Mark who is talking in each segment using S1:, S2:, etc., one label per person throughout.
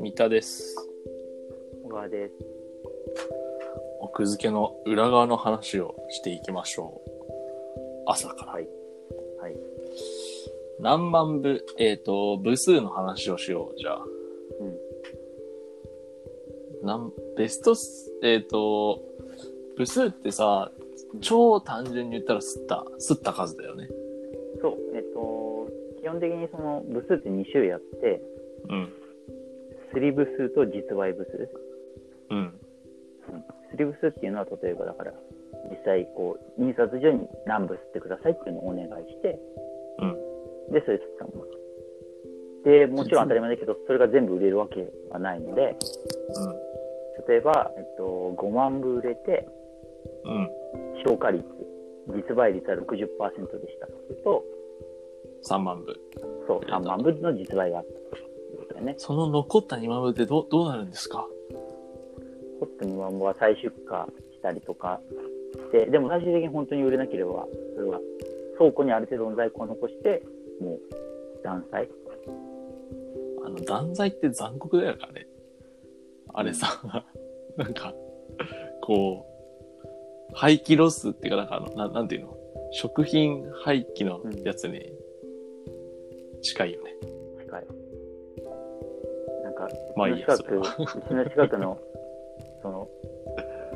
S1: 三田です
S2: 小川です。
S1: 奥付けの裏側の話をしていきましょう朝から
S2: はいはい
S1: 何万部えっ、と部数の話をしようじゃあなんベストスえっ、と部数ってさ超単純に言ったら吸った吸った数だよね
S2: そう、えっと、基本的にその部数って2種類あって、
S1: うん
S2: すり部数と実売部数。
S1: うん
S2: すり部数っていうのは、例えばだから、実際、こう、印刷所に何部吸ってくださいっていうのをお願いして、
S1: うん
S2: で、それ吸ったもの。で、もちろん当たり前だけど、それが全部売れるわけはないので、例えば、えっと、5万部売れて、
S1: うんうん
S2: 消化率、実売率は60%でしたとすると、
S1: 3万部
S2: そう、3万部の実売があったということだよね。
S1: その残った2万部ってどうどうなるんですか
S2: ホットにワンボは再出荷したりとかして、でも最終的に本当に売れなければ、それは倉庫にある程度の在庫を残して、もう断裁。
S1: あの、断罪って残酷だよね、あれ。あれさ、 なんか、こう、廃棄ロスっていうか、なんかあの、ななんていうの食品廃棄のやつに近いよね。
S2: 近い。なんか、
S1: まあ
S2: う
S1: いい
S2: ち
S1: や
S2: の近
S1: それ
S2: く、う
S1: は
S2: ちの近くの、 その、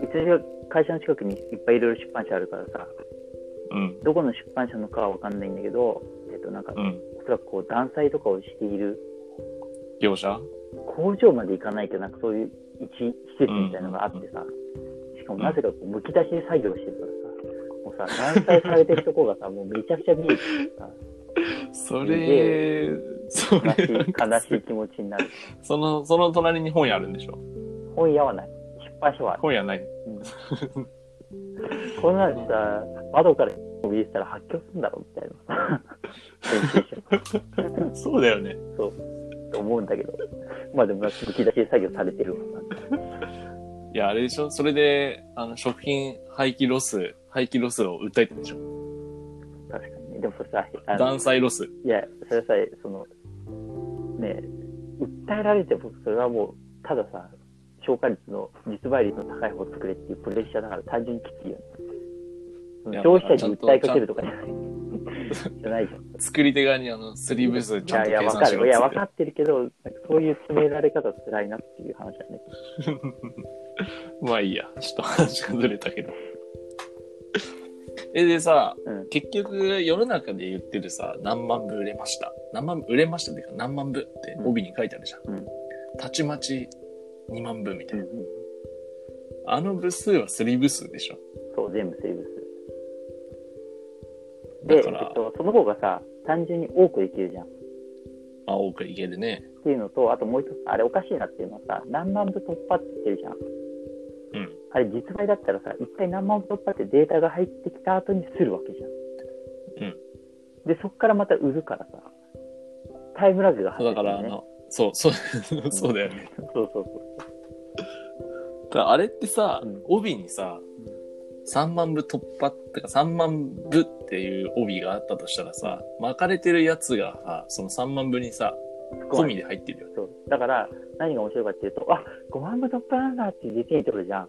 S2: うちの会社の近くにいっぱいいろいろ出版社あるからさ、
S1: うん。
S2: どこの出版社のかはわかんないんだけど、えっと、なんか、
S1: う
S2: お
S1: ん。
S2: そらくこう、断裁とかをしている
S1: 業者
S2: 工場まで行かないけど、なんかそういう一施設みたいなのがあってさ、しかもなぜかこうむき出しで作業してるからさ、もうさ、断裁されてるとこがさ、もうめちゃくちゃ見えて
S1: それ、 そ
S2: 悲しい
S1: れ、なんか
S2: 悲しい気持ちになる。
S1: その、その隣に本屋あるんでしょ
S2: 本屋はない。出版社はある。
S1: 本屋ない。
S2: こんなのさ、窓から見えてたら発狂するんだろうみたい な。編集者
S1: そうだよね。
S2: と思うんだけど。まあでもなんかむき出しで作業されてるわない
S1: や、あれでしょそれで、あの、食品廃棄ロス、廃棄ロスを訴えてるでしょ
S2: 確かにね。でもそれさ、あの
S1: 断裁ロス。
S2: いや、それさ、その、ねえ、訴えられても、それはもう、たださ、消化率の、実売率の高い方を作れっていうプレッシャーだから単純にきついよ
S1: い
S2: ね。
S1: や
S2: 消費者に
S1: ちゃん
S2: 訴え
S1: と
S2: かけるとかじゃない。じゃないじゃん。
S1: 作り手側にあの、スリーブス ちゃんと
S2: いや、い
S1: 計
S2: や、わ
S1: 算
S2: か
S1: しろ
S2: る。
S1: っ
S2: い
S1: つ
S2: や、
S1: っ
S2: わ
S1: て
S2: かってるけど、なんかそういう詰められ方は辛いなっていう話だね。
S1: まあいいや、ちょっと話がずれたけど。 え、でさ、
S2: うん
S1: 結局世の中で言ってるさ、何万部売れました。何万部売れましたっていうか、何万部って
S2: うん
S1: 帯に書いてあるじゃん。
S2: うん
S1: たちまち2万部みた
S2: う
S1: い
S2: んう
S1: な。
S2: ん。
S1: あの部数は3部数でしょ。
S2: そう、全部セーブする。で、
S1: だ
S2: えっ
S1: から、
S2: と、その方がさ、単純に多くできるじゃん。
S1: まあ多くいけるね。
S2: っていうのと、あともう一つ、あれおかしいなっていうのはさ、何万部突破って言ってるじゃん。
S1: うん。
S2: あれ実売だったらさ、一回何万部突破ってデータが入ってきた後にするわけじゃん。
S1: うん。
S2: で、そこからまた売るからさ、タイムラグが
S1: そうだから、あ
S2: るよね
S1: の、そう、そう、そうだよね。
S2: そうそうそう。
S1: だからあれってさ、
S2: うん
S1: 帯にさ、3万部突破ってか3万部っていう帯があったとしたらさ、巻かれてるやつがさ、その3万部にさ、込みで入ってるよね。
S2: そうだから、何が面白いかっていうと、あ5万部突破なんだって出ていてるじゃん。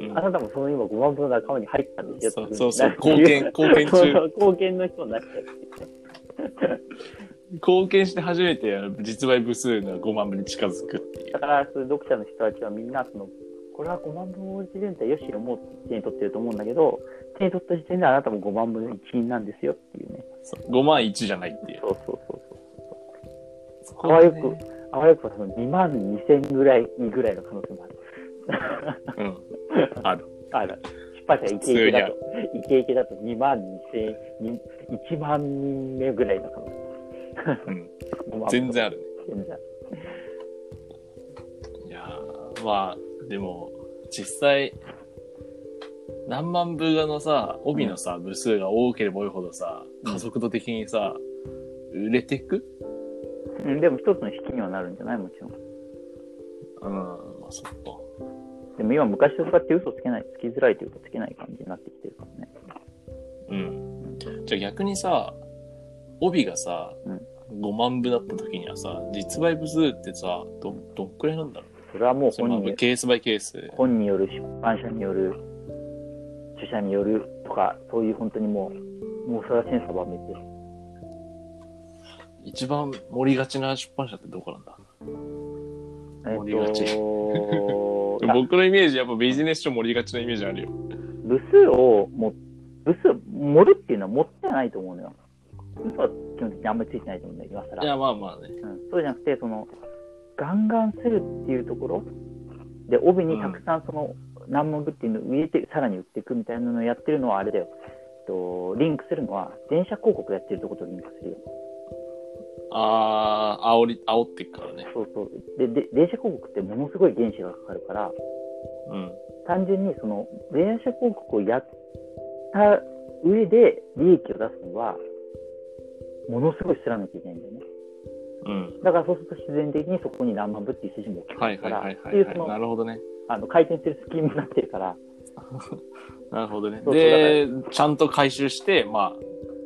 S1: うん
S2: あなたもその今5万部の仲間に入ったんですよ
S1: そうそうそう
S2: ってい
S1: 貢献貢献中
S2: そうそう貢献の人になっちゃうっていうね。
S1: 貢献して初めてあの実売部数が5万部に近づくっていう
S2: だ。から、そういう読者の人たちはみんな、その、これは5万部の一連体よし読もうって手に取ってると思うんだけど、手に取った時点であなたも5万部の一員なんですよっていうね。
S1: そう5万1じゃないっていう。
S2: そうそうそうそう。
S1: そ
S2: あ
S1: こ
S2: わ
S1: が
S2: よ
S1: ね
S2: く、あわよくはその2万2千ぐらいにぐらいの可能性もある。
S1: うん。ある。
S2: あら、失敗者イケイケだと、イケイケだと2万2千、に1万人目ぐらいの可能性
S1: うん。
S2: 5万部
S1: 全然あるね。
S2: 全然ある。
S1: いやーまあ、でも、実際、何万部のさ、帯のさ、部数が多ければ多いほどさ、
S2: うん
S1: 加速度的にさ、売れてく
S2: うん、でも一つの引きにはなるんじゃないもちろん。
S1: うん、まあそっか。
S2: でも今昔とかって嘘つけない、つきづらいというかつけない感じになってきてるからね。
S1: じゃあ逆にさ、帯がさ、
S2: うん
S1: 5万部だった時にはさ、実売部数ってさ、ど、どんくらいなんだろう
S2: それはもう
S1: それ
S2: 本
S1: まあ
S2: に
S1: ケースバイケース。
S2: 本による出版社による著者によるとかそういう本当にもうもうそれは千差万別です
S1: 一番盛りがちな出版社ってどこなんだ
S2: え
S1: 盛り がち
S2: っといや
S1: 僕のイメージ、やっぱビジネス書盛りがちなイメージあるよ。
S2: 部数をも部数を盛るっていうのは持ってないと思うのよ部数は基本的にあんまりついてないと思うんだよ今更
S1: いや、まあまあね。
S2: うん、そうじゃなくてそのガンガンするっていうところで帯にたくさんその何万部っていうのを入れてさらに売っていくみたいなのをやってるのはあれだよえっとリンクするのは電車広告やってるところとリンクするよ
S1: あー、煽り、煽っていくからね。
S2: そうそうでで電車広告ってものすごい原資がかかるから
S1: うん。
S2: 単純にその電車広告をやった上で利益を出すにはものすごいすらなきゃいけないんだよね
S1: うん。
S2: だからそうすると自然的にそこに何万部っていう筋も大き
S1: はい
S2: くなるか
S1: はい
S2: ら、
S1: はい
S2: っ
S1: は
S2: てい
S1: いうは
S2: そ
S1: い、
S2: の
S1: なるほどね。
S2: あの回転するスキームになってるから、
S1: なるほどね。
S2: そう
S1: で、ちゃんと回収して、まあ、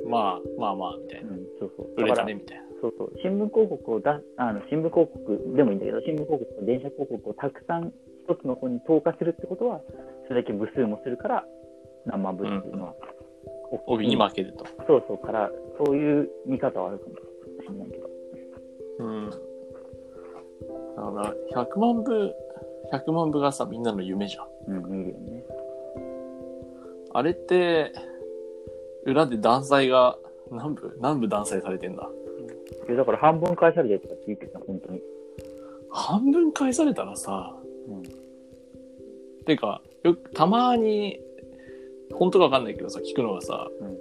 S1: まあ、まあまあ、みたいうな。
S2: ん、そうそう。
S1: 売
S2: だ
S1: れ
S2: か
S1: た
S2: ら
S1: ね、みたいな。
S2: そうそう。新聞広告をだ、あの、新聞広告でもいいんだけど、新聞広告と電車広告をたくさん一つの方に投下するってことは、それだけ部数もするから、何万部っていうのは。
S1: 帯に負けると。
S2: そうそうから、そういう見方はあるかもしれないけど。
S1: うん。だから、100万部、100万部がさ、みんなの夢じゃん。
S2: うん、見るよね。
S1: あれって、裏で断裁が、何部何部断裁されてんだ
S2: いやだから半分返されてとかって言うけど、本当に。
S1: 半分返されたらさ、
S2: うん
S1: てか、よく、たまに、本当かわかんないけどさ、聞くのがさ、
S2: うん。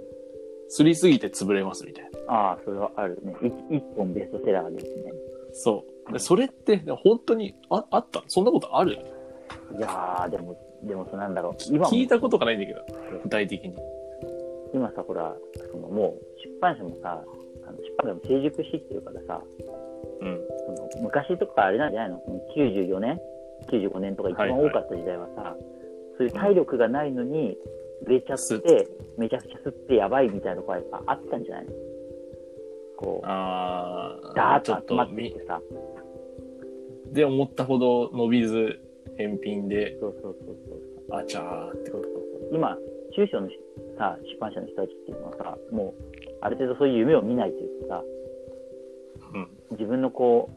S1: すりすぎて潰れますみたいな。
S2: ああ、それはあるね。い一本ベストセラーですね。
S1: そう。でそれって、本当に、あ、あったそんなことある
S2: いやー、でも、でも、そうなんだろう。今も
S1: 聞いたことがないんだけど、具体的に。
S2: 今さほらそのもう出版社もさあの出版社も成熟してきてるからさ
S1: うん。
S2: その昔とかあれなんじゃないのその94年95年とか一番
S1: はいは
S2: 多
S1: い
S2: かった時代はさ、そういう体力がないのに売れちゃっ、
S1: すって
S2: めちゃくちゃ吸ってやばいみたいなとこはやっぱあったんじゃないのこう
S1: あ
S2: ダ
S1: ー、
S2: ーッと集まってき
S1: み
S2: てさ
S1: で、思ったほど伸びず、返品で、
S2: そうそうそうそう
S1: あちゃーって。
S2: そうそうそう今中小のしさ出版社の人たちっていうのはさもうある程度そういう夢を見ないというかさ
S1: うん。
S2: 自分のこ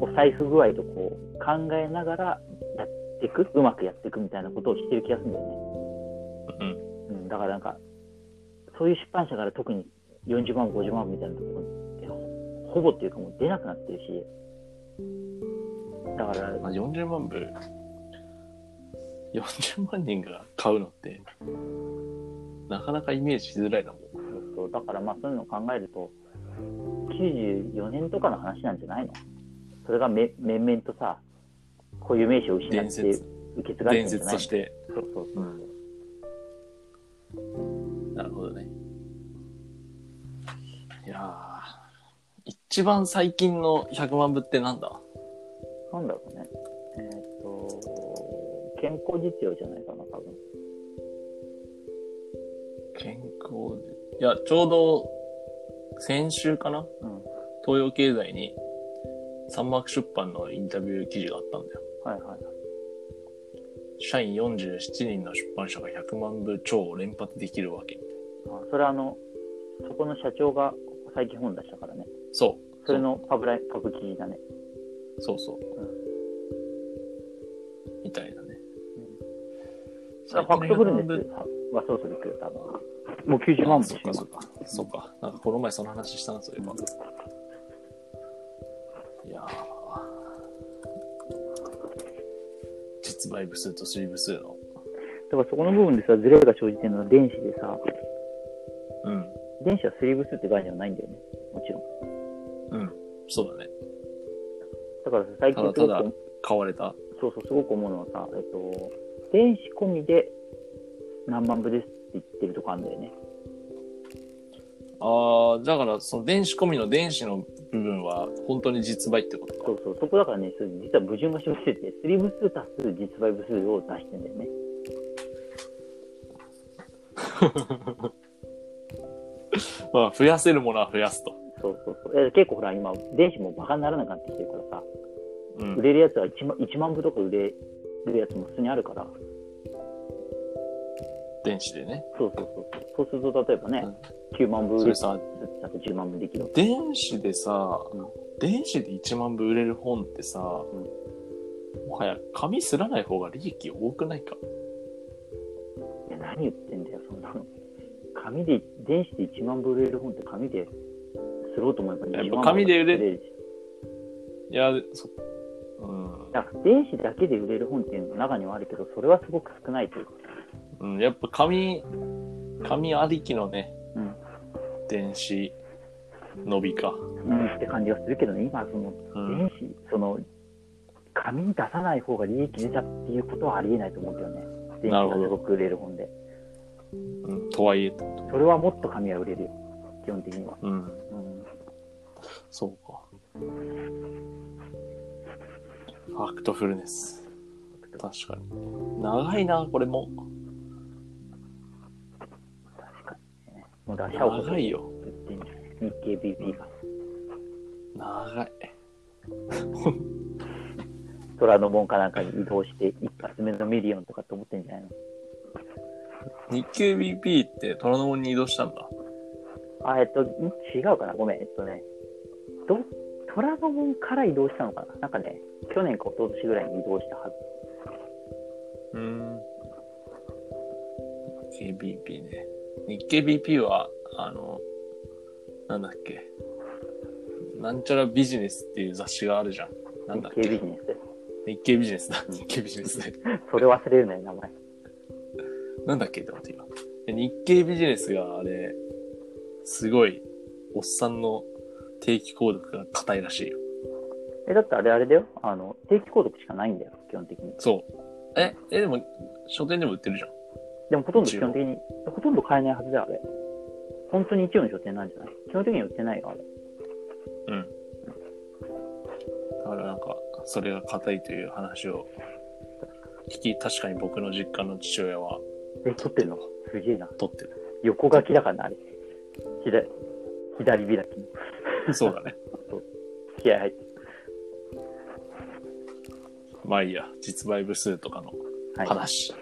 S2: うお財布具合とこう考えながらやっていくうまくやっていくみたいなことをしてる気がするんだよ
S1: うん。
S2: ね、うん、だからなんかそういう出版社から特に40万50万みたいなところってほほぼっていうかもう出なくなってるしだから
S1: まあ、40万部、40万人が買うのって、なかなかイメージしづらいな、もう。
S2: そうそうだからまあそういうのを考えると94年とかの話なんじゃないのそれがめ面々とさ固有名詞を失
S1: 伝
S2: って
S1: 説、
S2: 受け継が
S1: 伝
S2: れてるんじゃ
S1: 説
S2: ない
S1: と
S2: の
S1: して。
S2: そうそうそうそう
S1: なるほどね。いやー一番最近の100万部ってなんだ
S2: なんだろうね。えーっ、と、健康実用じゃないかな、多分。
S1: 健康で。いや、ちょうど、先週かな
S2: うん。
S1: 東洋経済に、三幕出版のインタビュー記事があったんだよ。
S2: はいはい。
S1: 社員47人の出版社が100万部超を連発できるわけ。
S2: あそれはあの、そこの社長が最近本出したからね。
S1: そう。
S2: それのパブライ、パブ記事だね。
S1: そうそう
S2: うん
S1: みたいなね。
S2: それはファクトフルネスはそうするけど、多分。もう90万
S1: あ
S2: 部
S1: そっかそっか。そっか。なんかこの前その話したな、そういえば。いやー実売部数と水部数の。
S2: だからそこの部分でさ、ズレが生じてるのは電子でさ、
S1: うん。
S2: 電子はスリーブ数って概念はないんだよね。もちろん。
S1: うん。そうだね。
S2: だからさ最近す
S1: た
S2: ご
S1: だた
S2: く
S1: だ買われた。
S2: そうそう、すごく思うのはさ、えっと、電子込みで何万部ですって言ってるとこあるんだよね。
S1: ああ、だからその電子込みの電子の部分は本当に実売ってことか。
S2: そうそう、そこだからね、それ実は矛盾が生じてて、スリー部数足す実売部数を出してんだよね。
S1: まあ、増やせるものは増やすと。
S2: そうそうそう。え結構ほら、今、電子もバカにならなくなってきてるからさ、
S1: うん
S2: 売。れるやつは1万 ,1 万部とか売れるやつも普通にあるから、
S1: 電子でね。
S2: そうそうそうそう。そうすると、例えばね、9万部
S1: そ
S2: 売
S1: れ
S2: れた
S1: さ、
S2: ら10万部できる。
S1: 電子でさ
S2: うん、
S1: 電子で1万部売れる本ってさ、もはや紙すらない方が利益多くないか
S2: いや何言ってんだよ、そんなの。紙で、電子で1万部売れる本って紙で、すろうと思えば
S1: やっ
S2: 1
S1: ぱ
S2: 万部
S1: 紙で売れ
S2: るし。
S1: いや、そ、うん
S2: だから電子だけで売れる本っていうのも中にはあるけど、それはすごく少ないというか。。
S1: うん、やっぱ紙、紙ありきのね、
S2: うん。
S1: 電子伸びか。
S2: うん、って感じがするけどね、今、その、
S1: うん
S2: 電。子、その、紙に出さない方が利益出たっていうことはありえないと思うけどね。電子
S1: なるほ
S2: が
S1: ど
S2: すごく売れる本で。
S1: うんとはいえ、
S2: それはもっと紙は売れるよ、基本的には。
S1: うん。
S2: うん。
S1: そうか。ファクトフルネス。確かに。長いな、これも。
S2: 確かにね。もう出しゃおう
S1: 長いよ。
S2: 言ってんじゃない日経 BP が。
S1: 長い。
S2: 虎の門かなんかに移動して、一発目のミリオンとかって思ってんじゃないの
S1: 日経 BP って虎ノ門に移動したんだ。
S2: あ、えっと、ん違うかなごめん、えっとね。ど、虎ノ門から移動したのかななんかね、去年か一昨年ぐらいに移動したはず。
S1: うん。日経 BP ね。日経 BP は、あの、なんだっけ。なんちゃらビジネスっていう雑誌があるじゃん。なんだっ
S2: 日
S1: け。
S2: 経ビジネスで。
S1: 日経ビジネスだ。日経ビジネスで。
S2: それ忘れるね、名前。
S1: なんだっけって待って今。で日経ビジネスがあれ、すごい、おっさんの定期購読が硬いらしいよ。
S2: え、だってあれあれだよ。あの、定期購読しかないんだよ、基本的に。
S1: そう。え、え、でも、書店でも売ってるじゃん。
S2: でもほとんど基本的に、ほとんど買えないはずだよ、あれ。本当に一応の書店なんじゃない基本的には売ってないよ、あれ。
S1: うん。だからなんか、それが硬いという話を聞き、確かに僕の実家の父親は
S2: え、撮ってんのすげえな。
S1: 取ってる。
S2: 横書きだからな、あれ。左、左開きの。
S1: そうだね。
S2: 気合入って
S1: まあいいや、実売部数とかの
S2: はい。
S1: 話。